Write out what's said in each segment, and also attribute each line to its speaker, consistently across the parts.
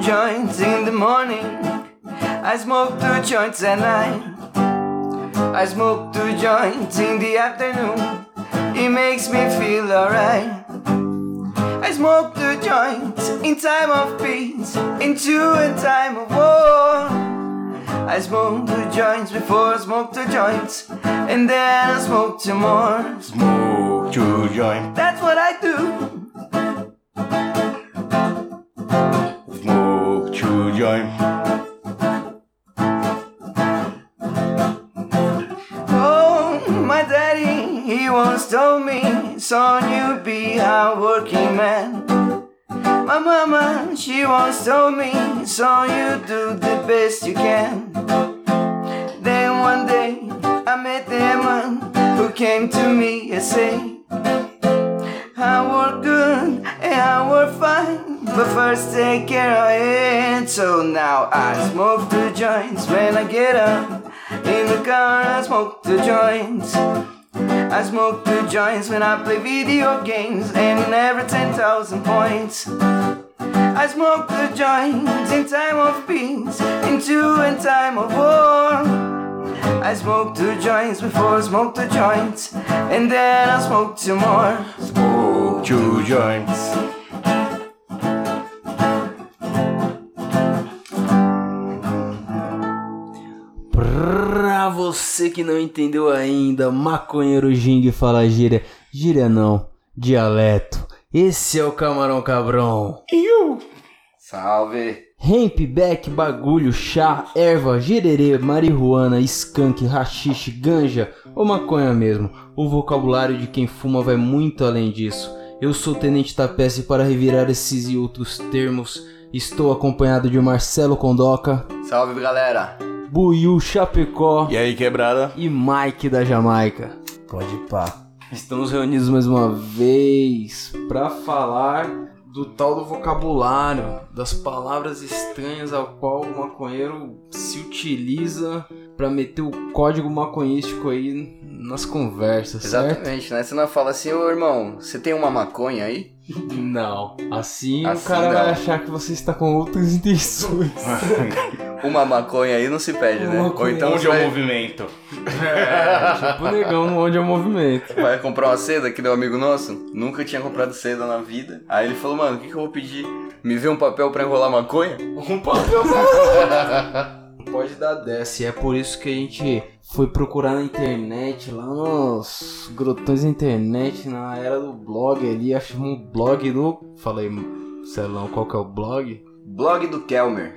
Speaker 1: joints in the morning. I smoke two joints at night. I smoke two joints in the afternoon. It makes me feel alright. I smoke two joints in time of peace, in two in time of war. I smoke two joints before I smoke two joints, and then I smoke two more.
Speaker 2: Smoke two joints,
Speaker 1: That's what I do.
Speaker 2: smoke two joints.
Speaker 1: Oh, my daddy, he once told me, son, you be a working man. My mama, she once told me, son, you do the best you can. Then one day, I met the man who came to me and say, I work good and I work fine, but first take care of it. So now I smoke two joints when I get up. In the car, I smoke two joints. I smoke two joints when I play video games, and in every 10,000 points. I smoke the joints in time of peace, in two in time of war. I smoke two joints before I smoke the joints, and then I smoke two more.
Speaker 2: Smoke two joints.
Speaker 3: Pra você que não entendeu ainda, maconheiro jingue fala gíria. Gíria não, dialeto. Esse é o camarão cabrão.
Speaker 1: Salve!
Speaker 3: Hemp, beck, bagulho, chá, erva, gererê, marihuana, skunk, rachixe, ganja ou maconha mesmo. O vocabulário de quem fuma vai muito além disso. Eu sou o Tenente Tapece e para revirar esses e outros termos. Estou acompanhado de Marcelo Condoca,
Speaker 1: Salve galera!
Speaker 3: Buiu Chapecó
Speaker 2: E aí, quebrada?
Speaker 3: e Mike da Jamaica.
Speaker 4: Pode pá.
Speaker 3: Estamos reunidos mais uma vez para falar do tal do vocabulário, das palavras estranhas ao qual o maconheiro se utiliza para meter o código maconhístico aí nas conversas, certo?
Speaker 1: Exatamente, né? Você não fala assim, ô irmão, você tem uma maconha aí?
Speaker 3: Não. Assim,
Speaker 1: Assim
Speaker 3: o cara
Speaker 1: não.
Speaker 3: vai achar que você está com outras intenções.
Speaker 1: Uma maconha aí não se pede, né?
Speaker 3: Uma
Speaker 1: Ou
Speaker 3: maconha.
Speaker 1: então
Speaker 2: Onde
Speaker 1: você
Speaker 2: é o
Speaker 1: vai,
Speaker 2: movimento?
Speaker 3: é, tipo o negão no onde é o movimento.
Speaker 1: vai comprar uma seda que deu um amigo nosso, nunca tinha comprado seda na vida. Aí ele falou, mano, o que, que eu vou pedir? Me vê um papel pra enrolar maconha?
Speaker 3: Um papel Pode dar dessa, e é por isso que a gente foi procurar na internet, lá nos grotões da internet, na era do blog ali, achamos um blog no. Falei, Celão, qual que é o blog?
Speaker 1: Blog do Kelmer.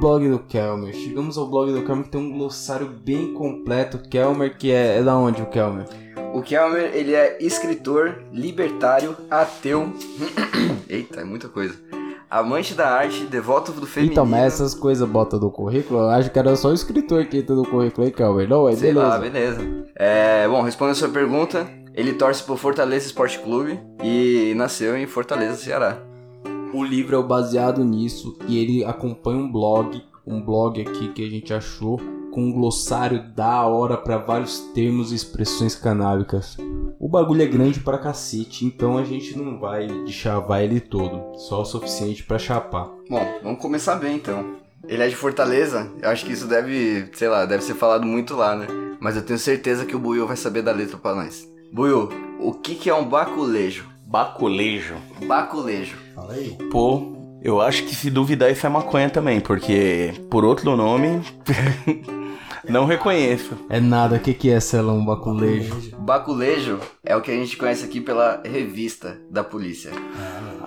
Speaker 3: Blog do Kelmer. Chegamos ao blog do Kelmer que tem um glossário bem completo. Kelmer, que é, é da onde o Kelmer?
Speaker 1: O Kelmer, ele é escritor, libertário, ateu... Eita, é muita coisa. Amante da arte, devoto do feminino...
Speaker 3: Então, mas essas coisas bota do currículo, eu acho que era só o escritor que entra do currículo aí, Kelmer. Não, é
Speaker 1: Sei
Speaker 3: beleza.
Speaker 1: lá, beleza. É, bom, respondendo a sua pergunta, ele torce pro Fortaleza Esporte Clube e nasceu em Fortaleza, Ceará.
Speaker 3: O livro é o baseado nisso e ele acompanha um blog, um blog aqui que a gente achou com um glossário da hora pra vários termos e expressões canábicas. O bagulho é grande pra cacete, então a gente não vai chavar ele todo, só o suficiente pra chapar.
Speaker 1: Bom, vamos começar bem então. Ele é de Fortaleza, eu acho que isso deve, sei lá, deve ser falado muito lá, né? Mas eu tenho certeza que o Buiu vai saber da letra pra nós. Buiu, o que que é um baculejo?
Speaker 2: Baculejo.
Speaker 1: Baculejo.
Speaker 4: Fala aí.
Speaker 2: Pô, eu acho que se duvidar isso é maconha também, porque por outro nome, não reconheço.
Speaker 3: É nada, o que, que é Celão Baculejo?
Speaker 1: Baculejo é o que a gente conhece aqui pela revista da polícia.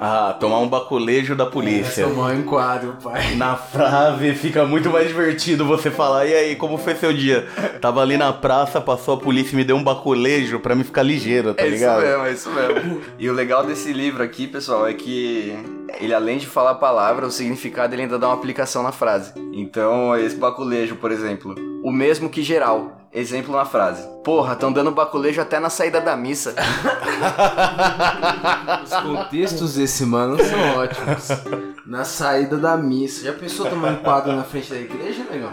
Speaker 2: Ah, tomar um baculejo da polícia.
Speaker 3: Tomar um quadro, pai.
Speaker 2: Na frase fica muito mais divertido você falar, e aí, como foi seu dia? Tava ali na praça, passou a polícia e me deu um baculejo pra me ficar ligeiro, tá
Speaker 1: é
Speaker 2: ligado?
Speaker 1: isso mesmo, é isso mesmo. e o legal desse livro aqui, pessoal, é que ele além de falar a palavra, o significado ele ainda dá uma aplicação na frase. Então, esse baculejo, por exemplo, o mesmo que geral. Exemplo na frase. Porra, tão dando baculejo até na saída da missa.
Speaker 3: Os contextos desse mano são ótimos. Na saída da missa. Já pensou tomar um quadro na frente da igreja, negão?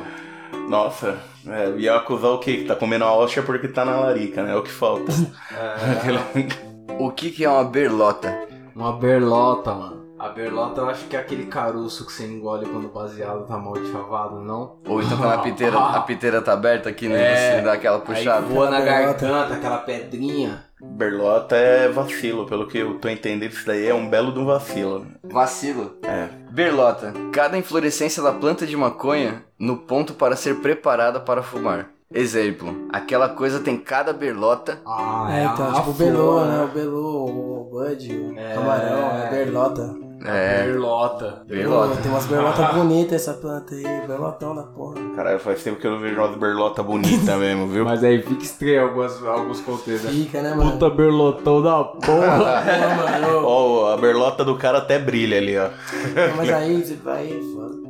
Speaker 2: Nossa, é, ia acusar o quê? Que tá comendo a hóstia porque tá na larica, né? É o que falta.
Speaker 3: É,
Speaker 1: O que que é uma berlota?
Speaker 3: uma berlota, mano. A berlota eu acho que é aquele caroço que você engole quando o baseado tá mal chavado, não?
Speaker 1: Ou então quando a piteira, a piteira tá aberta aqui, né?
Speaker 3: É.
Speaker 1: Você dá aquela
Speaker 3: Aí
Speaker 1: puxada.
Speaker 3: voa na
Speaker 4: Aquela berlota.
Speaker 3: garganta, aquela pedrinha.
Speaker 2: Berlota é vacilo, pelo que eu tô entendendo, isso daí é um belo de um vacilo.
Speaker 1: Vacilo.
Speaker 2: É.
Speaker 1: Berlota. Cada inflorescência da planta de maconha no ponto para ser preparada para fumar. Exemplo. Aquela coisa tem cada berlota.
Speaker 3: Ah,
Speaker 4: É,
Speaker 3: a-
Speaker 4: então,
Speaker 3: a
Speaker 4: tipo o
Speaker 3: flor,
Speaker 4: Belô, né? O Belô, o Bud, o
Speaker 3: É.
Speaker 4: Camarão, é Berlota.
Speaker 1: É.
Speaker 3: Berlota.
Speaker 1: Berlota.
Speaker 4: Pô, tem umas berlotas bonitas essa planta aí, berlotão da porra.
Speaker 2: Caralho, faz tempo que eu não vejo umas berlota bonita mesmo, viu?
Speaker 3: Mas aí fica estranho algumas, alguns contextos. né?
Speaker 4: Fica, né, mano?
Speaker 3: Puta berlotão da porra.
Speaker 4: Porra, mano.
Speaker 2: Ó, a berlota do cara até brilha ali, ó.
Speaker 4: Mas aí, você vai, foda.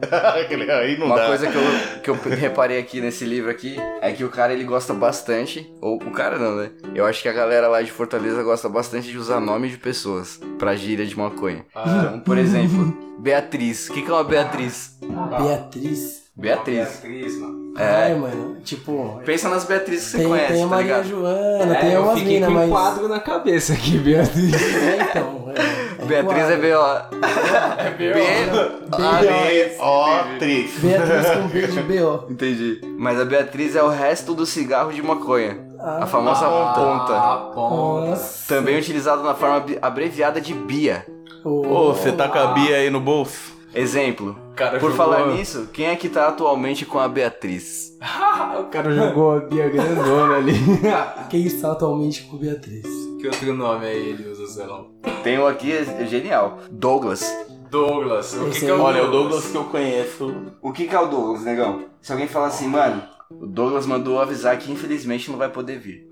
Speaker 2: Aquele aí não
Speaker 1: Uma
Speaker 2: dá.
Speaker 1: coisa que eu, que eu reparei aqui nesse livro aqui é que o cara ele gosta bastante, ou o cara não, né? Eu acho que a galera lá de Fortaleza gosta bastante de usar nome de pessoas pra gíria de maconha.
Speaker 3: Ah,
Speaker 1: Então, por exemplo, Beatriz. O que, que é uma Beatriz?
Speaker 4: Beatriz.
Speaker 1: Beatriz.
Speaker 3: Beatriz, mano.
Speaker 4: Ai, mano. Tipo,
Speaker 1: Pensa nas Beatriz que você
Speaker 4: tem,
Speaker 1: conhece,
Speaker 4: tem a
Speaker 1: tá
Speaker 4: Maria
Speaker 1: ligado?
Speaker 4: Joana,
Speaker 3: É,
Speaker 4: tem
Speaker 3: eu
Speaker 4: umas
Speaker 3: fiquei
Speaker 4: minas,
Speaker 3: com
Speaker 4: mas.
Speaker 3: um quadro na cabeça aqui, Beatriz.
Speaker 4: É, então. É, é
Speaker 1: Beatriz é
Speaker 4: quadro.
Speaker 1: B.O.
Speaker 3: É
Speaker 2: Ah,
Speaker 1: B.O.
Speaker 2: Ó, Tris.
Speaker 4: Beatriz com B de B.O.
Speaker 1: Entendi. Mas a Beatriz é o resto do cigarro de maconha.
Speaker 4: Ah,
Speaker 1: A famosa ponta.
Speaker 3: A ponta.
Speaker 4: nossa.
Speaker 1: Também utilizado na forma abi- abreviada de Bia.
Speaker 2: Ô, você tá com a Bia aí no bolso?
Speaker 1: Exemplo.
Speaker 3: Cara,
Speaker 1: Por
Speaker 3: jogou-
Speaker 1: falar nisso, quem é que tá atualmente com a Beatriz?
Speaker 3: O cara jogou a Bia grandona ali.
Speaker 4: Quem está atualmente com Beatriz?
Speaker 3: que outro nome aí ele usa, sei lá?
Speaker 1: Tem um aqui, é genial. Douglas.
Speaker 3: Douglas. O que,
Speaker 4: Esse
Speaker 3: que é
Speaker 4: aí.
Speaker 3: o
Speaker 2: Olha, é o Douglas que eu conheço.
Speaker 1: O que que é o Douglas, negão? Se alguém falar assim, mano, o Douglas mandou avisar que infelizmente não vai poder vir.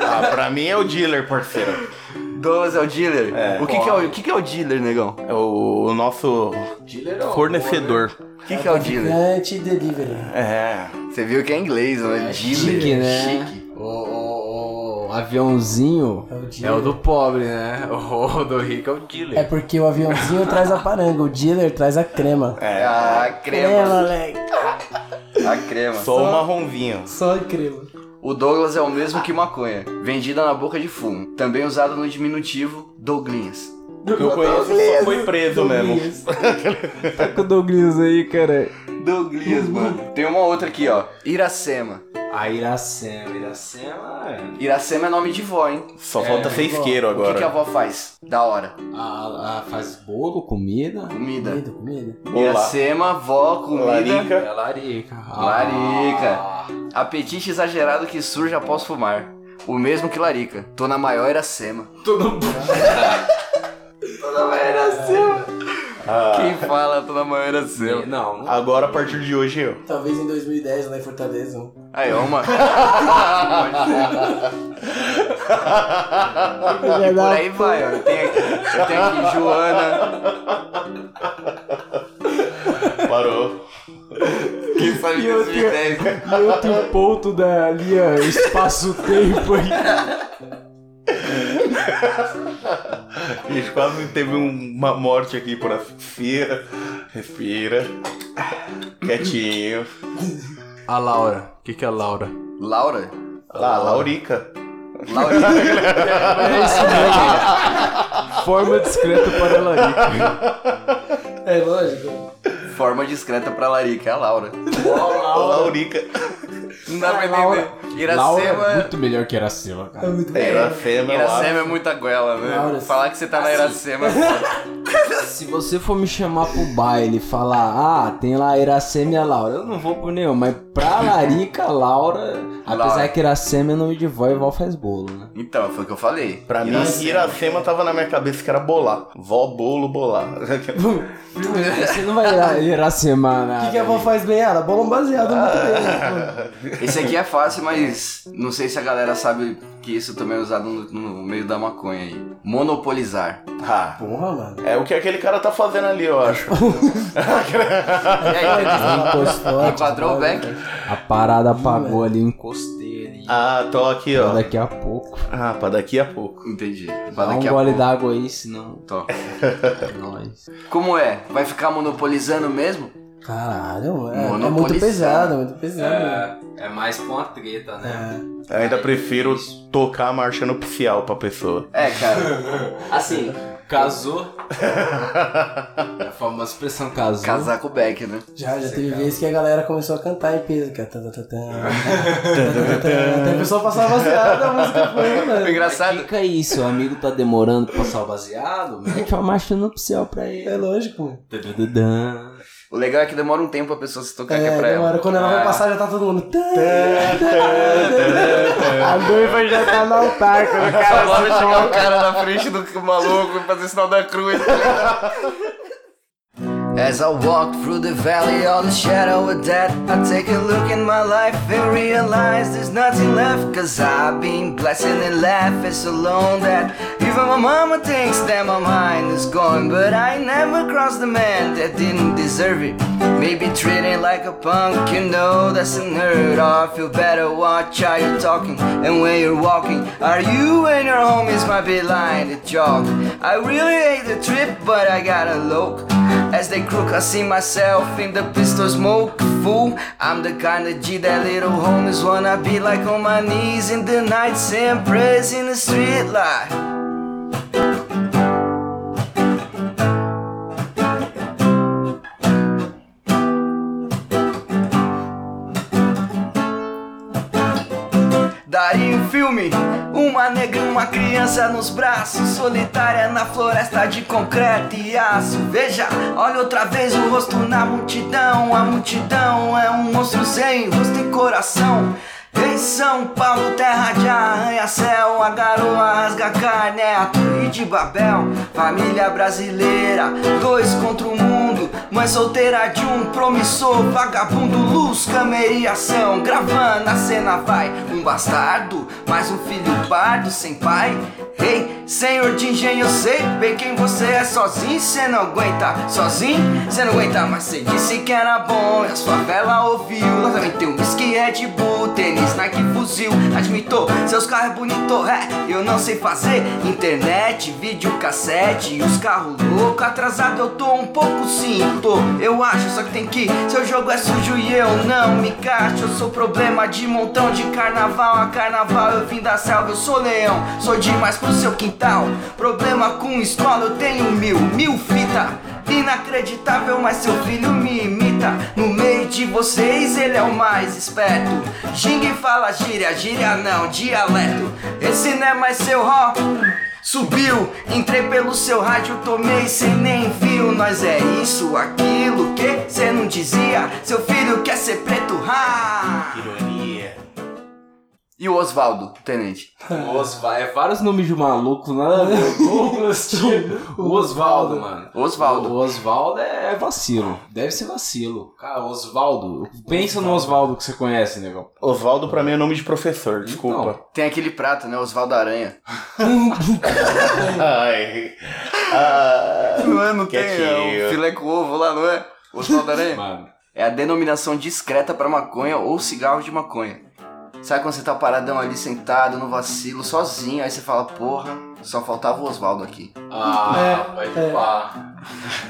Speaker 2: Ah, pra mim é o dealer, parceiro.
Speaker 1: Douglas é o dealer?
Speaker 2: É.
Speaker 1: o, que que é o, o que que é o dealer, negão?
Speaker 2: É o, o nosso
Speaker 3: Dealer é ou-
Speaker 2: fornecedor.
Speaker 1: O que que é o dealer?
Speaker 4: Traficante tá delivery.
Speaker 2: É.
Speaker 1: Você viu que é inglês, né? Dealer.
Speaker 3: chique, né?
Speaker 1: Chique.
Speaker 3: O, o- o aviãozinho
Speaker 4: É o
Speaker 3: é
Speaker 4: dealer.
Speaker 3: o do pobre, né? O do rico é o
Speaker 4: É
Speaker 3: dealer.
Speaker 4: porque o aviãozinho traz a paranga, o dealer traz a crema.
Speaker 1: É, a crema.
Speaker 4: moleque.
Speaker 1: A crema.
Speaker 2: Só o marronzinho.
Speaker 4: Só a crema.
Speaker 1: O Douglas é o mesmo que maconha, vendida na boca de fumo. Também usado no diminutivo Douglinhas.
Speaker 2: O que eu conheço só foi preso mesmo.
Speaker 3: Tá com o Douglas aí, cara.
Speaker 1: Douglinhas, mano. Tem uma outra aqui, ó. Iracema.
Speaker 3: A Iracema, Iracema é...
Speaker 1: Iracema é nome de vó, hein?
Speaker 2: Só
Speaker 3: É,
Speaker 2: falta ser isqueiro
Speaker 1: O que, que a
Speaker 2: agora.
Speaker 1: avó faz? Da hora.
Speaker 3: A, a faz bolo, comida.
Speaker 1: Comida.
Speaker 4: Comida, comida.
Speaker 2: Olá.
Speaker 1: Iracema, vó, comida.
Speaker 2: Larica.
Speaker 3: É larica. Ah.
Speaker 1: Larica. Apetite exagerado que surge após fumar. O mesmo que larica. Tô na maior Iracema.
Speaker 3: Tô no...
Speaker 1: Tô na maior Iracema.
Speaker 2: Ah,
Speaker 1: Quem fala tô na maior Iracema?
Speaker 3: Não, não.
Speaker 2: agora, a partir de hoje, eu.
Speaker 4: Talvez em 2010 lá em Fortaleza.
Speaker 1: Aí, ó, uma.
Speaker 2: é
Speaker 3: é
Speaker 1: E por aí vai, ó. Tem aqui, tem aqui Joana.
Speaker 2: Parou.
Speaker 1: Quem sabe
Speaker 3: E outro,
Speaker 1: 2010?
Speaker 3: e outro ponto da linha espaço-tempo aí.
Speaker 2: A gente quase teve um- uma morte aqui por asfixia. Respira. Quietinho.
Speaker 3: A Laura. O que, que é a Laura?
Speaker 1: Laura?
Speaker 2: Lá, Laurica.
Speaker 1: Laura.
Speaker 3: É isso mesmo. Forma discreta para larica.
Speaker 4: É lógico.
Speaker 1: Forma discreta pra Larica, é a Laura.
Speaker 2: Laurica.
Speaker 1: Não
Speaker 2: Ah,
Speaker 1: dá
Speaker 2: é
Speaker 1: pra
Speaker 4: Laura.
Speaker 1: entender. Iracema.
Speaker 3: é
Speaker 1: é
Speaker 3: melhor que Iracema,
Speaker 4: É muito bem.
Speaker 2: Iracema, eu acho.
Speaker 1: Iracema é muita goela, né?
Speaker 4: Laura.
Speaker 1: Falar que você
Speaker 2: assim.
Speaker 1: tá na Iracema.
Speaker 3: Se você for me chamar pro baile e falar, ah, tem lá Iracema e a Laura, eu não vou por nenhum, mas pra Larica, Laura, apesar
Speaker 1: Laura.
Speaker 3: que Iracema é nome de vó e vó faz bolo, né?
Speaker 1: Então, foi o que eu falei.
Speaker 2: Pra mim, Iracema tava na minha cabeça que era bolar. Vó, bolo, bolar.
Speaker 3: Você não vai ir Iracema, né?
Speaker 4: O que, que a avó faz bem? Ela bola um baseado muito bem. né,
Speaker 1: Esse aqui é fácil, mas não sei se a galera sabe que isso também é usado no, no meio da maconha aí. Monopolizar.
Speaker 2: Ah,
Speaker 4: Porra, mano.
Speaker 2: é o que aquele cara tá fazendo ali, eu acho.
Speaker 1: E aí, Enquadrou o Beck?
Speaker 3: A parada
Speaker 4: Hum,
Speaker 3: apagou
Speaker 4: é.
Speaker 3: ali, eu encostei ali.
Speaker 2: Ah, tô aqui,
Speaker 3: Pra
Speaker 2: ó.
Speaker 3: daqui a pouco.
Speaker 2: Ah, pra daqui a pouco.
Speaker 1: Entendi. Pra
Speaker 3: Dá um
Speaker 1: daqui a
Speaker 3: gole
Speaker 1: pouco.
Speaker 3: d'água aí, senão
Speaker 1: Tô.
Speaker 3: é nóis.
Speaker 1: Como é? Vai ficar monopolizando mesmo?
Speaker 4: Caralho, mano. É muito
Speaker 1: Monopolizado.
Speaker 4: pesado, é muito pesado. mano.
Speaker 3: é mais com a treta,
Speaker 4: É.
Speaker 2: Eu ainda prefiro tocar a marcha nupcial pra pessoa.
Speaker 1: É, cara. Assim,
Speaker 3: Casou. É a famosa expressão casou.
Speaker 2: Casar com o Beck, né?
Speaker 4: Já, já teve vezes que a galera começou a cantar em peso. que é tan, tan, tan, tan, tan, tan, tan. Até o pessoal passava baseado, a música foi,
Speaker 2: O
Speaker 4: mano.
Speaker 2: engraçado
Speaker 3: Fica isso, o amigo tá demorando pra passar o baseado,
Speaker 5: É
Speaker 3: né? mete uma marcha nupcial pra ele.
Speaker 4: É lógico, mano.
Speaker 3: Tadadadã.
Speaker 2: O legal é que demora um tempo a pessoa se tocar que é pra
Speaker 4: É,
Speaker 2: ela.
Speaker 4: demora. Quando ela vai passar, já tá todo mundo. tan,
Speaker 5: A noiva já tá no altar quando o
Speaker 2: Cara,
Speaker 5: cara
Speaker 2: agora
Speaker 5: se
Speaker 2: chegar o
Speaker 5: toca.
Speaker 2: cara na frente do maluco e fazer sinal da cruz.
Speaker 1: As I walk through the valley of the shadow of death, I take a look in my life and realize there's nothing left. Cause I've been blessed and laughing so long that even my mama thinks that my mind is gone. But I never crossed the man that didn't deserve it. Maybe treated like a punk, you know, that's unheard of. You better watch how you're talking and when you're walking. Are you and your homies might be lying to jog? I really hate the trip, but I gotta look. As they crook, I see myself in the pistol smoke. Fool, I'm the kind of G that little homies wanna be like on my knees in the nights and prayers in the street light. Daria um filme, uma negra e uma criança nos braços, solitária na floresta de concreto e aço. Veja, olha outra vez o rosto na multidão. A multidão é um monstro sem rosto e coração. Em São Paulo, terra de arranha-céu, a garoa rasga a carne, é a torre de Babel. Família brasileira, dois contra o mundo, mãe solteira de um promissor, vagabundo, luz, câmera e ação. Gravando a cena vai, um bastardo, mais um filho pardo, sem pai. Ei, senhor de engenho, eu sei bem quem você é sozinho, cê não aguenta. Sozinho, cê não aguenta, mas cê disse que era bom. E as favela ouviu, lá também tem um whisky Red Bull, tênis Nike fuzil. Admitou, seus carros é bonito, é, eu não sei fazer. Internet, vídeo, cassete, os carros loucos. Atrasado eu tô um pouco sim, tô, eu acho, só que tem que. Seu jogo é sujo e eu não me encaixo. Eu sou problema de montão de carnaval a carnaval. Eu vim da selva, eu sou leão, sou demais pro seu quintal. Problema com escola, eu tenho mil, mil fita. Inacreditável, mas seu filho me imita. No meio de vocês, ele é o mais esperto. Xingue e fala gíria, gíria não, dialeto. Esse não é mais seu ró. Subiu, entrei pelo seu rádio, tomei sem nem fio. Nós é isso, aquilo que cê não dizia. Seu filho quer ser preto, ha!
Speaker 2: Ironia.
Speaker 1: E o Oswaldo, tenente?
Speaker 3: Osva- é vários nomes de maluco, nada a ver. Douglas, tio. O Osvaldo, mano.
Speaker 1: Oswaldo.
Speaker 3: O Osvaldo é vacilo. Deve ser vacilo. Cara, Osvaldo. Pensa no Osvaldo que você conhece, negão.
Speaker 2: Oswaldo pra mim é nome de professor, desculpa.
Speaker 1: Tem aquele prato, né? Oswaldo Aranha.
Speaker 2: Ai. Ah.
Speaker 1: Mano,
Speaker 2: Quietinho.
Speaker 1: é filé com ovo lá, não é? Oswaldo Aranha?
Speaker 3: Mano.
Speaker 1: É a denominação discreta pra maconha ou cigarro de maconha. Sabe quando você tá paradão ali sentado no vacilo sozinho, aí você fala, porra, só faltava o Oswaldo aqui.
Speaker 3: Ah, vai
Speaker 4: é.
Speaker 3: pá.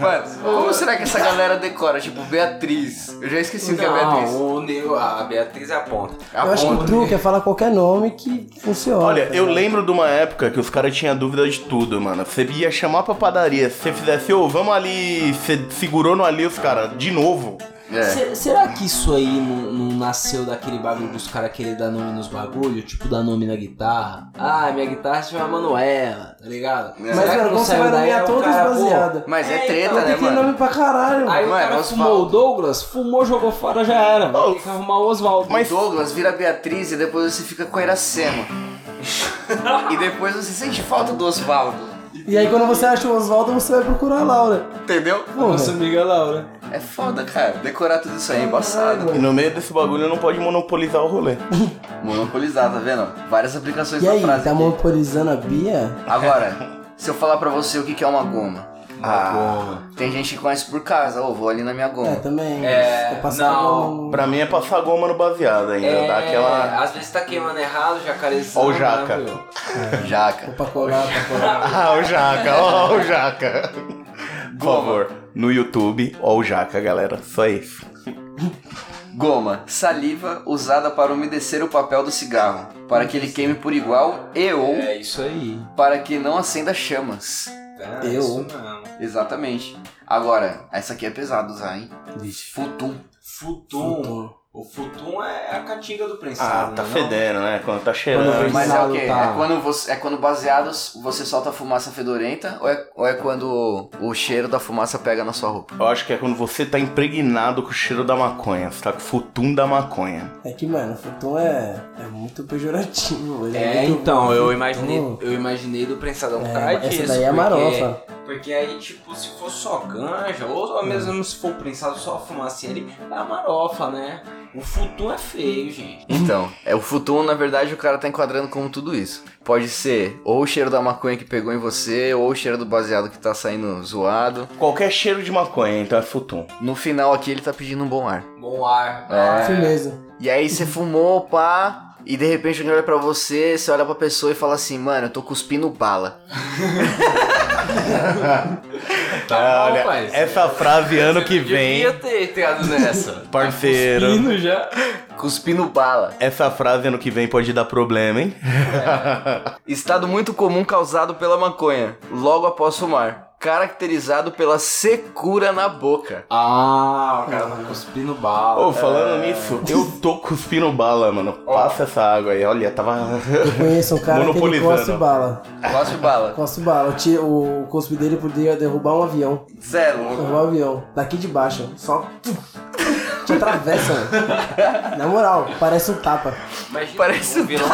Speaker 1: Mano, como será que essa galera decora? Tipo, Beatriz. Eu já esqueci o que é Beatriz.
Speaker 3: Não, o nego, a Beatriz é a ponta.
Speaker 1: A
Speaker 4: Eu acho que
Speaker 1: ponta.
Speaker 4: o truque é falar qualquer nome que funciona.
Speaker 2: Olha,
Speaker 4: tá
Speaker 2: eu
Speaker 4: ligado?
Speaker 2: lembro de uma época que os caras tinham dúvida de tudo, mano. Você ia chamar pra padaria, se você fizesse, ô, vamos ali, você segurou no ali os caras, de novo.
Speaker 1: É.
Speaker 3: Se- será que isso aí não, não nasceu daquele bagulho dos caras querer dar nome nos bagulho? Tipo, dar nome na guitarra? Ah, minha guitarra se chama Manuela, tá ligado?
Speaker 1: É.
Speaker 4: Mas,
Speaker 3: Será que
Speaker 4: mano,
Speaker 3: não
Speaker 4: como você
Speaker 3: saiu
Speaker 4: vai
Speaker 3: daí?
Speaker 4: nomear
Speaker 3: Aí o
Speaker 4: todos
Speaker 3: cara, pô,
Speaker 4: baseado?
Speaker 1: Mas é treta,
Speaker 4: Então
Speaker 1: né,
Speaker 4: tem que ter
Speaker 1: mano?
Speaker 4: nome pra caralho, mano.
Speaker 3: Aí o
Speaker 1: Mano,
Speaker 2: é
Speaker 3: cara
Speaker 1: Osvaldo.
Speaker 3: fumou o Douglas, fumou, jogou fora, já era. Vai ter que arrumar o Oswaldo.
Speaker 1: Mas... Douglas vira Beatriz e depois você fica com a Iracema. e depois você sente falta do Oswaldo.
Speaker 4: E aí quando você acha o Oswaldo, você vai procurar a Laura.
Speaker 1: Entendeu?
Speaker 4: Pô,
Speaker 3: Nossa amiga Laura.
Speaker 1: É foda, cara. Decorar tudo isso aí é embaçado.
Speaker 2: E no meio desse bagulho não pode monopolizar o rolê.
Speaker 1: Monopolizar, tá vendo? Várias aplicações
Speaker 4: E
Speaker 1: pra
Speaker 4: aí,
Speaker 1: frase.
Speaker 4: tá
Speaker 1: aqui.
Speaker 4: monopolizando a Bia?
Speaker 1: Agora, se eu falar pra você o que que é uma goma. Ah,
Speaker 3: goma.
Speaker 1: Tem gente que conhece por casa, ou vou ali na minha
Speaker 4: É,
Speaker 1: goma.
Speaker 4: também.
Speaker 3: É,
Speaker 4: Tá passando
Speaker 3: não.
Speaker 4: um-
Speaker 2: Pra mim é passar goma no baseado ainda, dar É, aquela.
Speaker 3: Às vezes tá queimando errado, jacarezão.
Speaker 2: Ó o jaca.
Speaker 3: né, meu?
Speaker 4: É.
Speaker 1: Jaca.
Speaker 4: Pra colar, pra colar.
Speaker 2: Ah, o Jaca, ó o Jaca. Por favor, no YouTube, ó o Jaca, galera. Só isso.
Speaker 1: Goma, saliva usada para umedecer o papel do cigarro, para que ele queime por igual e ou
Speaker 3: É isso aí.
Speaker 1: para que não acenda chamas.
Speaker 6: É,
Speaker 4: Eu?
Speaker 6: isso mesmo.
Speaker 1: Exatamente. Agora, essa aqui é pesado usar, hein?
Speaker 4: Vixe.
Speaker 1: Futum.
Speaker 6: Futum. O futum é a caatinga do prensado.
Speaker 2: Ah, tá
Speaker 6: não é
Speaker 2: fedendo, né? Quando tá
Speaker 3: Quando
Speaker 2: cheirando.
Speaker 3: vem-
Speaker 1: Mas é o
Speaker 3: Pensado,
Speaker 1: quê?
Speaker 3: tá.
Speaker 1: É quando, você, é quando baseados você solta a fumaça fedorenta ou é, ou é quando o cheiro da fumaça pega na sua roupa?
Speaker 2: Eu acho que é quando você tá impregnado com o cheiro da maconha. Você tá com o futum da maconha.
Speaker 4: É que, mano, futum é, é muito pejorativo. ele
Speaker 3: É,
Speaker 4: muito-
Speaker 3: então, eu
Speaker 4: futum.
Speaker 3: imaginei, eu imaginei do
Speaker 6: um
Speaker 3: prensadão por causa
Speaker 4: É, essa
Speaker 3: disso.
Speaker 4: daí é
Speaker 3: porque-
Speaker 4: marofa.
Speaker 6: Porque aí, tipo, se for só ganja, ou
Speaker 4: Hum.
Speaker 6: mesmo se for prensado só a fumaça ali, é a marofa, né? O futum é feio, gente.
Speaker 1: Então, é o futum, na verdade, o cara tá enquadrando como tudo isso. Pode ser ou o cheiro da maconha que pegou em você, ou o cheiro do baseado que tá saindo zoado.
Speaker 2: Qualquer cheiro de maconha, então é futum.
Speaker 1: No final aqui ele tá pedindo um bom ar.
Speaker 6: Bom ar.
Speaker 1: É.
Speaker 4: assim Firmeza.
Speaker 1: E aí você fumou, pá, e de repente alguém olha pra você, você olha pra pessoa e fala assim, mano, eu tô cuspindo bala.
Speaker 6: Tá
Speaker 2: Ah,
Speaker 6: bom,
Speaker 2: olha,
Speaker 6: pai.
Speaker 2: essa frase ano que
Speaker 6: Eu
Speaker 2: vem,
Speaker 6: devia ter entrado nessa.
Speaker 2: parceiro.
Speaker 6: Hino já.
Speaker 1: Cuspindo bala.
Speaker 2: Essa frase ano que vem pode dar problema, hein?
Speaker 1: Estado muito comum causado pela maconha, logo após fumar. Caracterizado pela secura na boca.
Speaker 3: Ah, o cara tá cuspindo bala.
Speaker 2: Ô, falando nisso, eu tô cuspindo bala, mano. Passa essa água aí. Olha, tava.
Speaker 4: Eu conheço um cara que ele
Speaker 2: Monopolizando.
Speaker 4: cospe bala.
Speaker 1: Cospe bala.
Speaker 4: Cospe bala. O ti- O cospe dele podia derrubar um avião.
Speaker 1: Cê é louco.
Speaker 4: Derrubar um avião. Daqui de baixo. Só. Te atravessa, mano. Na moral, parece um tapa.
Speaker 6: Imagina
Speaker 1: Parece
Speaker 6: um vilão.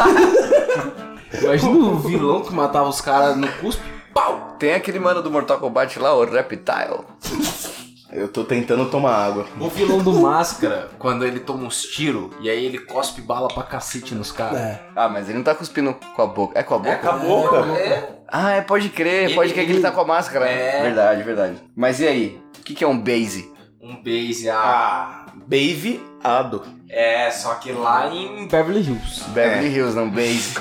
Speaker 3: Imagina o vilão que matava os caras no cuspe.
Speaker 1: Tem aquele mano do Mortal Kombat lá, o Reptile.
Speaker 2: Eu tô tentando tomar água.
Speaker 3: O vilão do Máscara, quando ele toma uns tiros e aí ele cospe bala pra cacete nos caras.
Speaker 4: É.
Speaker 1: Ah, mas ele não tá cuspindo com a boca. É com a boca?
Speaker 2: Acabou, cara.
Speaker 6: É,
Speaker 1: Ah, é, pode crer,
Speaker 6: Ele-
Speaker 1: pode crer que ele tá com a máscara. né?
Speaker 6: É.
Speaker 1: Verdade, verdade. Mas e aí? O que, que é um base?
Speaker 6: um base, ah.
Speaker 2: Ah, baseado.
Speaker 6: É, só que lá em
Speaker 3: Beverly Hills.
Speaker 1: Beverly Hills, não, base.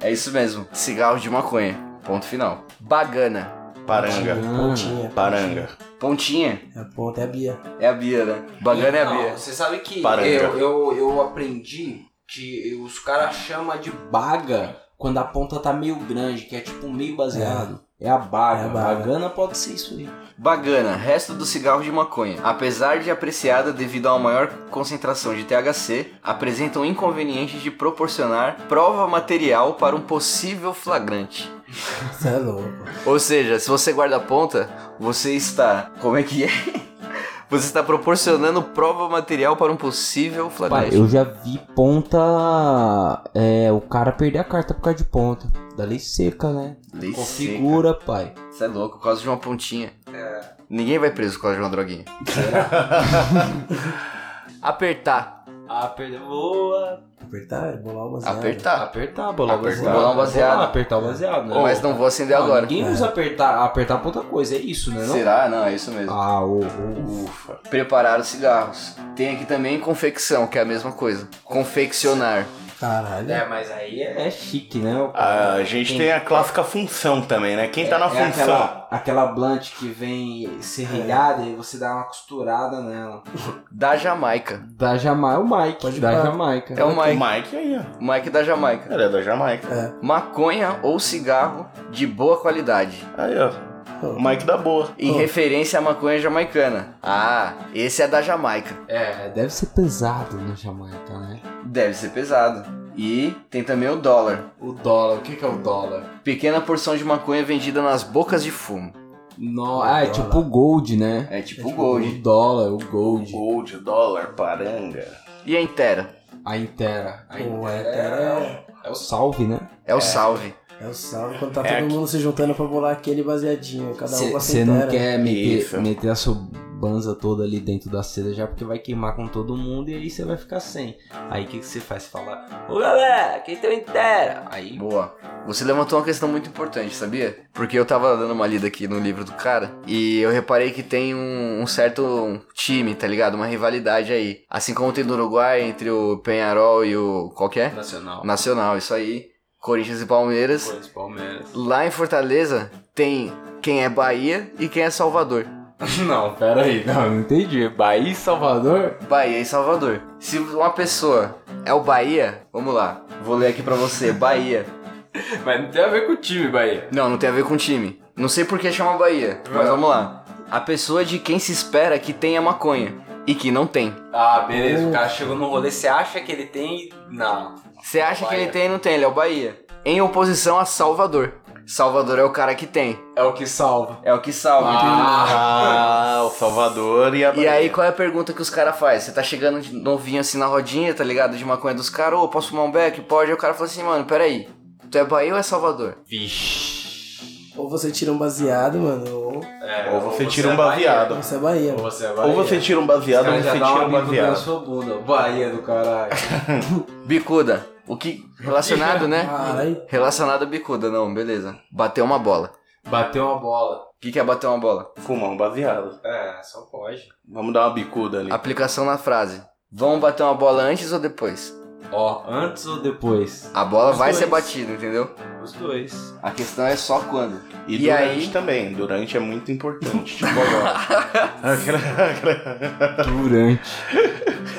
Speaker 1: é isso mesmo. Cigarro de maconha. Ponto final. Bagana.
Speaker 2: Paranga.
Speaker 4: Pontinha.
Speaker 2: Paranga.
Speaker 1: Pontinha.
Speaker 4: É a ponta, é a Bia.
Speaker 1: É a Bia, né? Bagana é a
Speaker 6: Não,
Speaker 1: Bia.
Speaker 6: Você sabe que
Speaker 2: Paranga.
Speaker 6: eu,
Speaker 3: Eu, eu, eu aprendi que os caras chamam de baga quando a ponta tá meio grande, que é tipo meio baseado. É, a baga.
Speaker 4: É a
Speaker 3: a
Speaker 4: baga.
Speaker 3: Bagana pode ser isso aí.
Speaker 1: Bagana, resto do cigarro de maconha. Apesar de apreciada devido a uma maior concentração de THC, apresenta um inconveniente de proporcionar prova material para um possível flagrante.
Speaker 4: Você é louco.
Speaker 1: Ou seja, se você guarda a ponta, você está. Como é que é? Você está proporcionando prova material para um possível
Speaker 3: Pai,
Speaker 1: flagrante.
Speaker 3: eu já vi ponta. É, o cara perder a carta por causa de ponta. Da lei seca, né?
Speaker 1: Lei
Speaker 3: Configura, pai.
Speaker 1: seca. Você é louco, por causa de uma pontinha.
Speaker 3: É.
Speaker 1: Ninguém vai preso por causa de uma droguinha. Apertar.
Speaker 6: Ah, perdeu. Boa.
Speaker 4: Apertar, é bolar o baseado.
Speaker 1: Apertar.
Speaker 3: Apertar, bolar o
Speaker 2: Apertar.
Speaker 3: baseado.
Speaker 1: Bolar o baseado.
Speaker 3: Apertar o baseado, né?
Speaker 1: Mas não vou acender
Speaker 3: Não,
Speaker 1: agora.
Speaker 3: Ninguém usa apertar. Apertar pra outra coisa, é isso, né? Não?
Speaker 1: Será? Não, é isso mesmo.
Speaker 3: Ah, ô, ô, ô.
Speaker 2: Ufa.
Speaker 1: Preparar os cigarros. Tem aqui também confecção, que é a mesma coisa. Confeccionar.
Speaker 4: Caralho.
Speaker 6: É, mas aí é.
Speaker 3: é chique, né? o cara?
Speaker 1: Ah, é
Speaker 2: A gente tem a clássica função também, né? Quem tá na
Speaker 3: é
Speaker 2: função?
Speaker 3: aquela, aquela blunt que vem serrilhada e você dá uma costurada nela.
Speaker 1: Da Jamaica.
Speaker 3: Da Jamaica, o Mike.
Speaker 4: Pode
Speaker 3: da
Speaker 4: pá.
Speaker 3: Jamaica.
Speaker 1: É o
Speaker 2: O
Speaker 1: Mike.
Speaker 2: Mike aí, ó.
Speaker 1: Mike da Jamaica.
Speaker 2: Ele é da Jamaica.
Speaker 1: Maconha ou cigarro de boa qualidade.
Speaker 2: Aí, ó. O Mike da boa.
Speaker 3: Oh.
Speaker 1: Em referência à maconha jamaicana. Ah, esse é da Jamaica.
Speaker 3: É, deve ser pesado na Jamaica, né?
Speaker 1: Deve ser pesado. E tem também o dólar.
Speaker 3: O dólar, o que, que é o dólar?
Speaker 1: Pequena porção de maconha vendida nas bocas de fumo.
Speaker 3: No,
Speaker 4: O
Speaker 3: ah, é
Speaker 4: dólar.
Speaker 3: tipo o gold, né?
Speaker 1: É tipo
Speaker 4: É
Speaker 1: o
Speaker 4: tipo
Speaker 1: gold.
Speaker 3: O dólar, o gold.
Speaker 2: Gold, dólar, paranga.
Speaker 1: E a Intera?
Speaker 3: A Intera. A
Speaker 4: Pô, é,
Speaker 3: Intera é,
Speaker 4: cara,
Speaker 3: o- é o salve, né?
Speaker 1: É o salve.
Speaker 4: é, é o salve quando tá
Speaker 2: É
Speaker 4: todo mundo se juntando pra bolar aquele baseadinho. Cada um com a sua
Speaker 3: Você não
Speaker 4: inteira.
Speaker 3: quer meter,
Speaker 2: Isso. é.
Speaker 3: meter a sua banza toda ali dentro da seda já, porque vai queimar com todo mundo e aí você vai ficar sem. Aí o que, que você faz? Fala, ô galera, quem tem o Intera? Aí
Speaker 1: Boa. Você levantou uma questão muito importante, sabia? Porque eu tava dando uma lida aqui no livro do cara e eu reparei que tem um, um certo time, tá ligado? Uma rivalidade aí. Assim como tem no Uruguai entre o Penharol e o. Qual que é?
Speaker 6: Nacional.
Speaker 1: Nacional, isso aí. Corinthians e Palmeiras.
Speaker 6: Corinthians, Palmeiras.
Speaker 1: Lá em Fortaleza tem quem é Bahia e quem é Salvador.
Speaker 6: Não.
Speaker 3: Pera aí, não, não entendi. Bahia e Salvador?
Speaker 1: Bahia e Salvador. Se uma pessoa é o Bahia, vamos lá. Vou ler aqui pra você, Bahia.
Speaker 6: Mas não tem a ver com o time, Bahia.
Speaker 1: Não, não tem a ver com time. Não sei por que chama Bahia, mas vamos lá. A pessoa de quem se espera que tenha maconha e que não tem.
Speaker 6: Ah, beleza. O cara chegou no rolê, você acha que ele tem. Não.
Speaker 1: Você acha que
Speaker 6: Bahia.
Speaker 1: ele tem e não tem, ele é o Bahia. Em oposição a Salvador. Salvador é o cara que tem,
Speaker 3: É o que salva.
Speaker 1: é o que salva.
Speaker 3: Ah.
Speaker 2: Ah, o Salvador e a
Speaker 1: E aí, qual é a pergunta que os caras fazem? Você tá chegando de novinho assim na rodinha, tá ligado? De maconha dos caras, ô, posso fumar um beck? Pode. Aí o cara fala assim, mano, peraí, tu é Bahia ou é Salvador?
Speaker 4: Ou você tira um baseado, mano, ou
Speaker 6: É,
Speaker 2: Ou você tira
Speaker 6: é
Speaker 2: um baseado.
Speaker 4: você é Bahia.
Speaker 3: Ou
Speaker 4: mano.
Speaker 3: você é
Speaker 2: Ou você tira um baseado ou
Speaker 6: Cara,
Speaker 2: você
Speaker 6: já dá
Speaker 2: tira
Speaker 6: uma
Speaker 2: um
Speaker 6: bicuda na
Speaker 2: baseado.
Speaker 6: sua bunda.
Speaker 3: Bahia do caralho.
Speaker 1: Bicuda. O que. Relacionado, né?
Speaker 4: Caralho.
Speaker 1: Relacionado a bicuda, não, beleza. Bateu uma bola.
Speaker 3: Bateu uma bola.
Speaker 1: O que, que é bater uma bola?
Speaker 2: Fumar um baseado.
Speaker 6: É, só pode.
Speaker 2: Vamos dar uma bicuda ali.
Speaker 1: Aplicação na frase. Vamos bater uma bola antes ou depois?
Speaker 3: Ó, antes ou depois?
Speaker 1: A bola
Speaker 6: Os
Speaker 1: vai
Speaker 6: dois.
Speaker 1: ser batida, entendeu?
Speaker 6: Os dois.
Speaker 1: A questão é só quando.
Speaker 2: E,
Speaker 1: E
Speaker 2: durante
Speaker 1: aí?
Speaker 2: também. Durante é muito importante. Tipo agora. Aquela- aquela-
Speaker 3: Durante.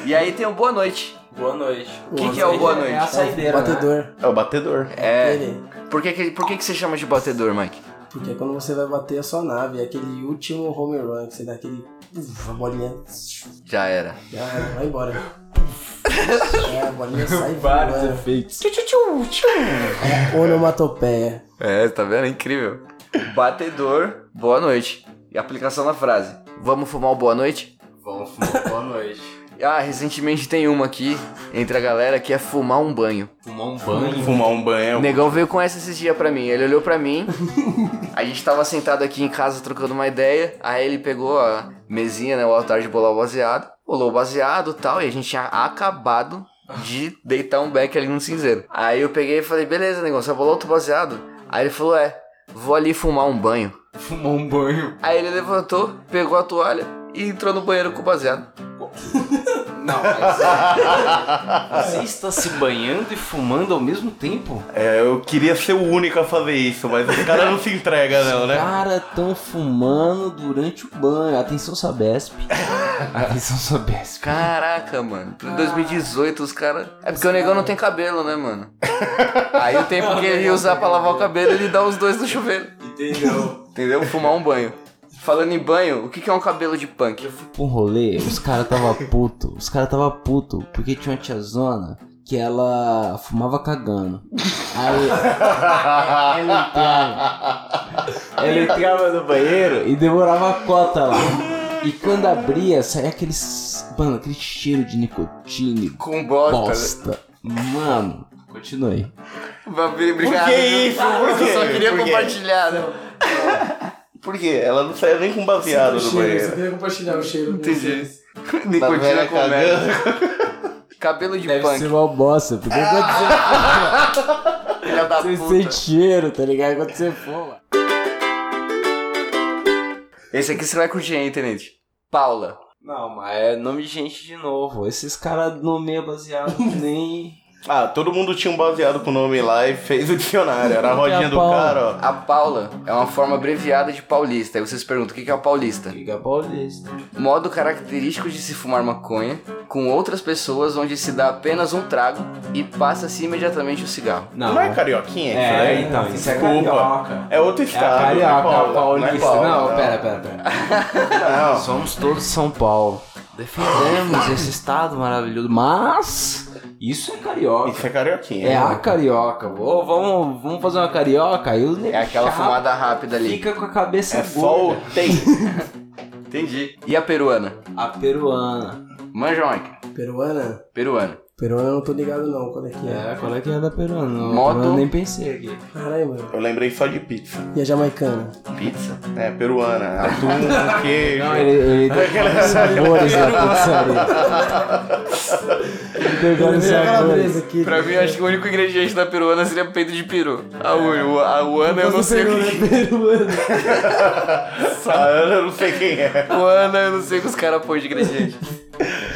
Speaker 1: E aí tem o boa noite.
Speaker 6: Boa noite.
Speaker 1: O que, que é o boa
Speaker 6: É a
Speaker 1: noite?
Speaker 6: saideira. Né?
Speaker 4: Batedor.
Speaker 2: é o batedor.
Speaker 1: É.
Speaker 4: Ele.
Speaker 1: Por que, que, por que, que você chama de batedor, Mike?
Speaker 4: Porque é quando você vai bater a sua nave, é aquele último home run, que você dá aquele. Uf, a bolinha.
Speaker 1: Já era.
Speaker 4: Já era, vai embora. é, a bolinha sai
Speaker 3: Vários
Speaker 4: voando.
Speaker 3: efeitos.
Speaker 4: É onomatopeia.
Speaker 1: É, tá vendo? É incrível. Batedor, boa noite. E aplicação na frase. Vamos fumar o boa noite?
Speaker 6: Vamos fumar. Boa noite.
Speaker 1: Ah, recentemente tem uma aqui entre a galera que é fumar um banho.
Speaker 3: Fumar um banho.
Speaker 2: Fumar um
Speaker 1: O
Speaker 2: banho.
Speaker 1: negão veio com essa esses dias pra mim. Ele olhou pra mim. A gente tava sentado aqui em casa trocando uma ideia. Aí ele pegou a mesinha, né? O altar de bolar o baseado. Rolou o baseado e tal. E a gente tinha acabado de deitar um beck ali no cinzeiro. Aí eu peguei e falei: beleza, negão, você bolou outro baseado? Aí ele falou: é, vou ali fumar um banho.
Speaker 3: Fumar um banho.
Speaker 1: Aí ele levantou, pegou a toalha e entrou no banheiro com o baseado.
Speaker 6: Não, mas.
Speaker 3: Ah, tá.
Speaker 6: Você está se banhando e fumando ao mesmo tempo?
Speaker 2: É, eu queria ser o único a fazer isso, mas os caras não se entregam, não, né?
Speaker 3: Cara, tão fumando durante o banho. Atenção, Sabesp. Atenção, Sabesp.
Speaker 1: Caraca, mano. Pra 2018 os caras. É porque o negão não tem cabelo, né, mano? Aí o tempo que ele ia usar pra lavar o cabelo, ele dá os dois no chuveiro.
Speaker 6: Entendeu?
Speaker 1: Entendeu? Fumar um banho. Falando em banho, o que que é um cabelo de punk?
Speaker 3: pra um rolê, os caras tava puto, os caras tava puto, porque tinha uma tiazona que ela fumava cagando. Aí ela entrava, ela entrava no banheiro e demorava a cota lá. E quando abria, saía aquele, s- mano, aquele cheiro de nicotina, e
Speaker 1: Com bota.
Speaker 3: bosta. Mano, continue.
Speaker 1: Obrigado.
Speaker 2: Por que isso? Por
Speaker 1: Eu
Speaker 2: quê?
Speaker 1: só queria
Speaker 2: Por quê?
Speaker 1: compartilhar, né?
Speaker 2: Por quê? Ela não saia nem com baseado do
Speaker 4: Cheiro, você
Speaker 2: banheiro. Tá
Speaker 4: queria compartilhar o cheiro. né? com
Speaker 1: Entendi.
Speaker 4: vocês.
Speaker 1: Nicotina com merda. Cabelo de
Speaker 3: Deve ser
Speaker 1: punk.
Speaker 3: uma bosta, porque quando
Speaker 1: Filha da
Speaker 3: você,
Speaker 1: puta.
Speaker 3: você sente cheiro, tá ligado? Quando você fuma.
Speaker 1: Esse aqui você vai curtir, hein, Tenente? Paula.
Speaker 6: Não, mas é nome de gente de novo. Esses caras nomeiam baseado que nem.
Speaker 2: Ah, todo mundo tinha um baseado com o nome lá e fez o dicionário. Era a rodinha do
Speaker 3: Japão.
Speaker 2: cara, ó.
Speaker 1: A Paula é uma forma abreviada de paulista. Aí vocês perguntam o que que é o paulista?
Speaker 6: Liga Paulista.
Speaker 1: Modo característico de se fumar maconha com outras pessoas onde se dá apenas um trago e passa-se imediatamente o cigarro.
Speaker 2: Não, é carioquinha isso
Speaker 3: É,
Speaker 2: aí?
Speaker 3: então, isso é
Speaker 2: Desculpa.
Speaker 3: carioca.
Speaker 2: É outro
Speaker 3: É a
Speaker 2: estado.
Speaker 3: carioca,
Speaker 2: não é Paula,
Speaker 3: a paulista.
Speaker 2: Não, é Paula,
Speaker 3: não,
Speaker 2: não.
Speaker 3: pera, pera, pera.
Speaker 2: Não.
Speaker 3: Somos todos São Paulo. Defendemos esse estado maravilhoso, mas isso é carioca.
Speaker 2: Isso é carioquinha.
Speaker 3: É a carioca. Ô, vamos, vamos fazer uma carioca? Aí o
Speaker 1: É aquela
Speaker 3: chato
Speaker 1: fumada rápida ali.
Speaker 3: Fica com a cabeça
Speaker 2: É só
Speaker 3: gorda.
Speaker 2: o tem.
Speaker 1: Entendi. E a peruana?
Speaker 3: A peruana.
Speaker 1: Manja, Mike.
Speaker 4: Peruana?
Speaker 1: Peruana.
Speaker 4: Peruana eu não tô ligado não, qual é que é?
Speaker 3: É, qual é que é da peruana? Não,
Speaker 1: Moto.
Speaker 3: peruana nem pensei aqui.
Speaker 4: Caralho, mano.
Speaker 2: Eu lembrei só de pizza.
Speaker 4: E a jamaicana?
Speaker 1: Pizza?
Speaker 2: É, peruana. Atum, queijo.
Speaker 3: Não, ele, ele deu vários sabores da pizzaria. Ele deu vários sabores.
Speaker 4: aqui.
Speaker 1: Pra mim, acho que o único ingrediente da peruana seria peito de peru. A, u- a, a Ana eu É. não sei o que. é
Speaker 4: Peruana.
Speaker 2: A Ana, eu não sei quem é.
Speaker 1: O Ana, eu não sei o que os caras põem de ingrediente.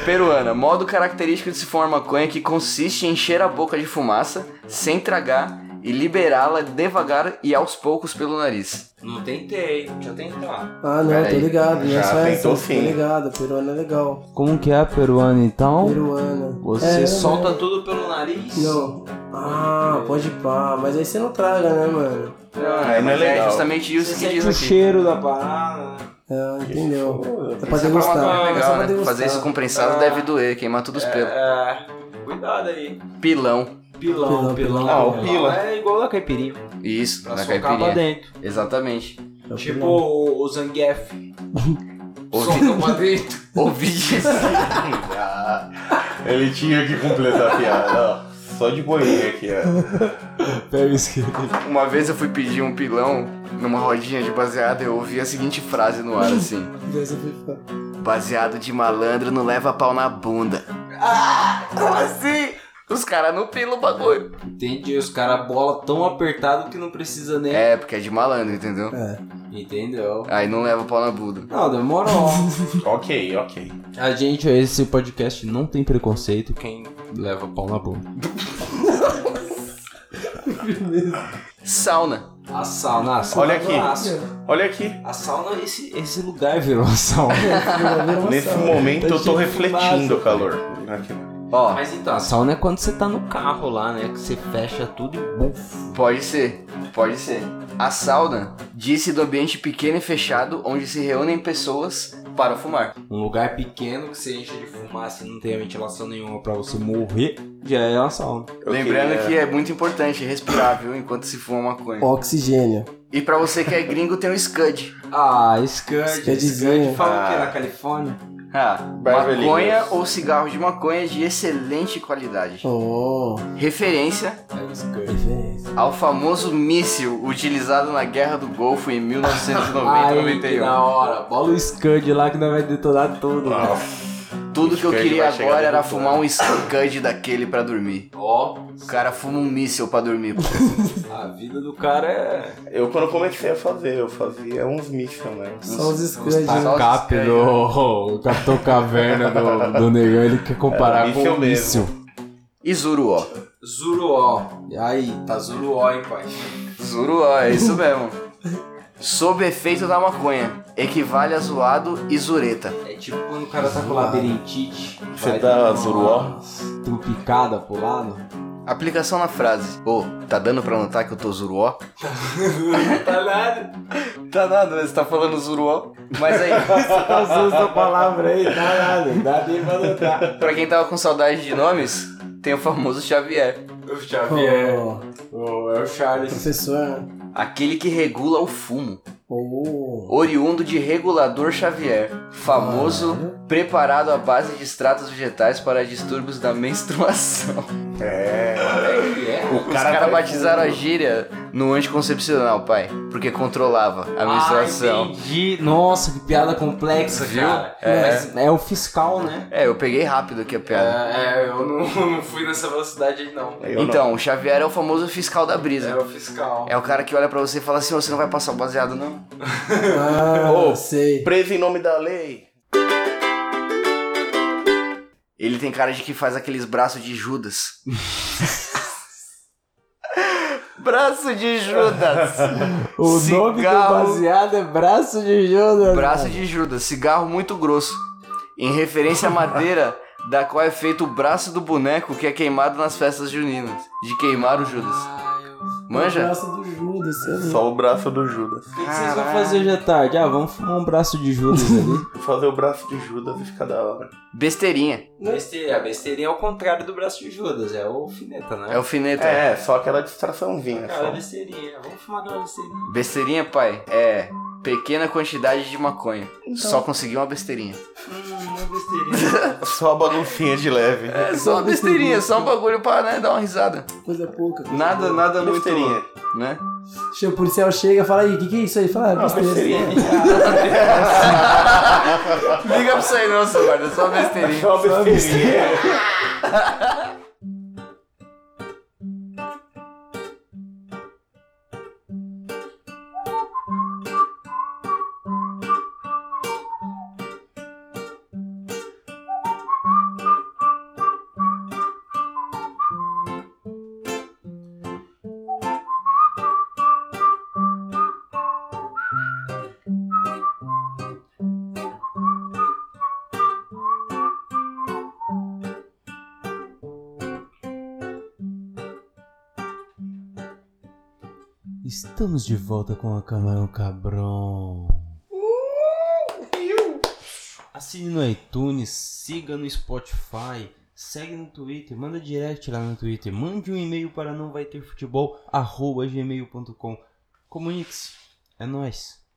Speaker 1: Peruana, modo característico de se fumar maconha que consiste em encher a boca de fumaça, sem tragar e liberá-la devagar e aos poucos pelo nariz.
Speaker 6: Não tentei, deixa eu tentar.
Speaker 4: Ah, não,
Speaker 1: Peraí.
Speaker 4: tô ligado. Não
Speaker 2: Já
Speaker 4: é só essa,
Speaker 2: tentou
Speaker 4: tô
Speaker 2: sim.
Speaker 4: ligado. Peruana é legal.
Speaker 3: Como que é, peruano, então?
Speaker 4: Peruana.
Speaker 3: Você
Speaker 4: É,
Speaker 6: Solta tudo pelo nariz.
Speaker 4: Não. Ah, pode pá. Mas aí você não traga, né, mano?
Speaker 1: Ah,
Speaker 2: é
Speaker 1: mas
Speaker 2: legal.
Speaker 1: É justamente isso que
Speaker 6: um
Speaker 1: diz
Speaker 3: O
Speaker 6: assim,
Speaker 1: aqui.
Speaker 3: cheiro da parada.
Speaker 4: Ah, entendeu.
Speaker 1: Isso
Speaker 4: É pra
Speaker 1: é pra uma
Speaker 4: degustar.
Speaker 1: coisa
Speaker 4: É só pra
Speaker 1: legal, né?
Speaker 4: degustar.
Speaker 1: Fazer isso com prensado deve doer, queimar todos os pelos.
Speaker 6: Ah. É, cuidado aí.
Speaker 1: Pilão.
Speaker 6: Pilão,
Speaker 4: Pilão,
Speaker 6: pilão.
Speaker 2: Ah, o pila.
Speaker 6: É igual a caipirinha.
Speaker 1: Isso,
Speaker 6: Pra
Speaker 1: na
Speaker 6: socar pra
Speaker 1: caipirinha.
Speaker 6: dentro.
Speaker 1: Exatamente.
Speaker 4: É o
Speaker 6: Tipo
Speaker 4: pilão.
Speaker 6: o, o Zangief.
Speaker 1: Ouvi,
Speaker 6: Soca pra dentro.
Speaker 1: ouvi isso.
Speaker 2: Ah, ele tinha que completar a piada, ó. Só de boinha aqui, ó.
Speaker 3: Pega o isqueiro.
Speaker 1: Uma vez eu fui pedir um pilão numa rodinha de baseado e eu ouvi a seguinte frase no ar assim.
Speaker 4: Deus, eu fui fã.
Speaker 1: Baseado de malandro não leva pau na bunda. Ah, como assim? Os caras não pilam o bagulho.
Speaker 6: Entendi, os caras bola tão apertado que não precisa nem.
Speaker 1: É, porque é de malandro, entendeu?
Speaker 4: É.
Speaker 6: Entendeu?
Speaker 1: Aí não leva pau na bunda.
Speaker 6: Não, demorou.
Speaker 2: Ok, ok.
Speaker 3: A gente, esse podcast não tem preconceito. Quem leva pau na bunda?
Speaker 1: Sauna.
Speaker 6: A sauna, a sauna
Speaker 2: Olha aqui.
Speaker 3: é
Speaker 6: clássica.
Speaker 2: Olha aqui.
Speaker 6: A sauna, esse, esse
Speaker 3: Aí
Speaker 6: lugar
Speaker 3: virou a sauna.
Speaker 2: Nesse momento eu tô
Speaker 3: Achei
Speaker 2: refletindo o
Speaker 3: fumaça,
Speaker 2: calor. Aqui.
Speaker 1: Ó,
Speaker 6: Mas então,
Speaker 3: A sauna é quando você tá no carro lá, né? Que você fecha tudo e buf.
Speaker 1: pode ser, pode ser. A sauna disse do ambiente pequeno e fechado onde se reúnem pessoas para fumar.
Speaker 3: Um lugar pequeno que você enche de fumaça e não tem ventilação nenhuma pra você morrer, já é uma sauna.
Speaker 2: Eu
Speaker 1: Lembrando
Speaker 2: queria-
Speaker 1: que é muito importante respirar, viu? Enquanto se fuma maconha.
Speaker 4: Oxigênio.
Speaker 1: E pra você que é gringo, tem o Scud.
Speaker 3: Ah, Scud.
Speaker 4: Scudzinho.
Speaker 3: Scud fala o que
Speaker 2: Ah.
Speaker 3: na Califórnia?
Speaker 1: Ah,
Speaker 2: Beverly
Speaker 1: maconha
Speaker 2: Hills.
Speaker 1: ou cigarro de maconha de excelente qualidade.
Speaker 4: Oh,
Speaker 1: Referência
Speaker 3: É Scud.
Speaker 4: diferença.
Speaker 1: ao famoso míssil utilizado na Guerra do Golfo em 1990
Speaker 3: Ai, que
Speaker 1: 91.
Speaker 3: da hora. Bola o Scud lá que nós vai detonar tudo. né?
Speaker 2: Nossa,
Speaker 1: Tudo que eu
Speaker 2: Scud
Speaker 1: queria
Speaker 2: vai chegar
Speaker 1: agora era
Speaker 2: derrubando.
Speaker 1: fumar um Scud daquele pra dormir.
Speaker 6: ó,
Speaker 1: O cara fuma um míssil pra dormir. pô.
Speaker 6: a vida do cara é.
Speaker 2: eu quando comecei a fazer, eu fazia uns mix também.
Speaker 4: Só os escudos.
Speaker 3: Tá
Speaker 1: Só
Speaker 3: o
Speaker 1: os
Speaker 3: cap
Speaker 1: Scud,
Speaker 3: do o Capitão Caverna do, do Negão, ele quer
Speaker 2: É,
Speaker 3: comparar
Speaker 2: o
Speaker 3: com
Speaker 2: míssil
Speaker 3: o
Speaker 2: mesmo.
Speaker 3: míssil.
Speaker 1: Izuruó.
Speaker 6: Zuruó. E aí, tá Zuruó, hein, pai?
Speaker 1: Zuruó, é isso mesmo. Sob efeito da maconha, equivale a zoado e zureta.
Speaker 6: É tipo quando o cara tá com labirintite.
Speaker 2: Você
Speaker 6: vai
Speaker 2: dá
Speaker 6: dar uma
Speaker 2: Zuruó?
Speaker 3: Tupicada um pro lado.
Speaker 1: Aplicação na frase. Ô, tá dando pra notar que eu tô zuruó?
Speaker 6: Não tá nada.
Speaker 1: Tá nada, mas tá falando zuruó. Mas aí,
Speaker 3: Tá usando essa palavra aí, dá nada, dá nem pra notar.
Speaker 1: pra quem tava com saudade de nomes, tem o famoso Xavier.
Speaker 6: O Xavier.
Speaker 4: Oh,
Speaker 6: o- é o Charles.
Speaker 4: professor.
Speaker 1: Aquele que regula o fumo.
Speaker 4: Oh.
Speaker 1: oriundo de Regulador Xavier, famoso preparado à base de extratos vegetais para distúrbios da menstruação.
Speaker 6: É que é.
Speaker 1: Os caras batizaram a gíria no anticoncepcional, pai, porque controlava a
Speaker 6: Ah,
Speaker 1: menstruação.
Speaker 3: Ah, entendi. Nossa, que piada complexa,
Speaker 1: Viu?
Speaker 3: cara. Mas é o fiscal, né?
Speaker 1: É, eu peguei rápido aqui a piada.
Speaker 6: É, eu não, não fui nessa velocidade aí, não.
Speaker 2: Eu não.
Speaker 1: Então, o Xavier é o famoso fiscal da
Speaker 6: É
Speaker 1: brisa.
Speaker 6: o fiscal.
Speaker 1: É o cara que olha pra você e fala assim, "Ô, você não vai passar o baseado não?
Speaker 4: Ah,
Speaker 2: Oh.
Speaker 4: sei.
Speaker 2: Preso em nome da lei.
Speaker 1: Ele tem cara de que faz aqueles braços de Judas. Braço de Judas!
Speaker 3: O
Speaker 1: Cigarro.
Speaker 3: nome do baseado é Braço de Judas.
Speaker 1: Braço de Judas, cigarro muito grosso, em referência à madeira da qual é feito o braço do boneco que é queimado nas festas juninas, de queimar o Judas.
Speaker 4: O
Speaker 1: Manja?
Speaker 4: braço do Judas, é sei lá.
Speaker 2: Só o braço do Judas.
Speaker 3: O que que vocês vão
Speaker 1: Caralho.
Speaker 3: fazer hoje à tarde? Ah, vamos fumar um braço de Judas ali.
Speaker 2: Vou Fazer o braço de Judas e ficar da hora.
Speaker 1: Besteirinha,
Speaker 6: Besteira, a besteirinha é o contrário do braço de Judas, é o fineta, né?
Speaker 1: é alfineta.
Speaker 2: É, só aquela distraçãozinha.
Speaker 6: Cara,
Speaker 2: Só.
Speaker 6: besteirinha, vamos fumar aquela besteirinha.
Speaker 1: Besteirinha, pai, é pequena quantidade de maconha. Só consegui uma besteirinha.
Speaker 6: Hum, uma besteirinha.
Speaker 2: Só a baguncinha de leve.
Speaker 1: É só uma besteirinha, só um bagulho pra né, dar uma risada.
Speaker 4: Coisa pouca.
Speaker 1: Nada, nada muito,
Speaker 2: Besteirinha.
Speaker 1: né?
Speaker 4: Che- O policial chega e fala aí, o que, que é isso aí? Fala, ah,
Speaker 2: Não, besteirinha.
Speaker 4: besteira.
Speaker 1: Liga pra isso aí não, seu guarda, só uma besteirinha.
Speaker 2: Só a besteirinha.
Speaker 3: Estamos de volta com a Camarão Cabron. Assine no iTunes, siga no Spotify, segue no Twitter, manda direct lá no Twitter, mande um e-mail para não vai ter futebol, arroba gmail.com. Comunique-se, é nóis.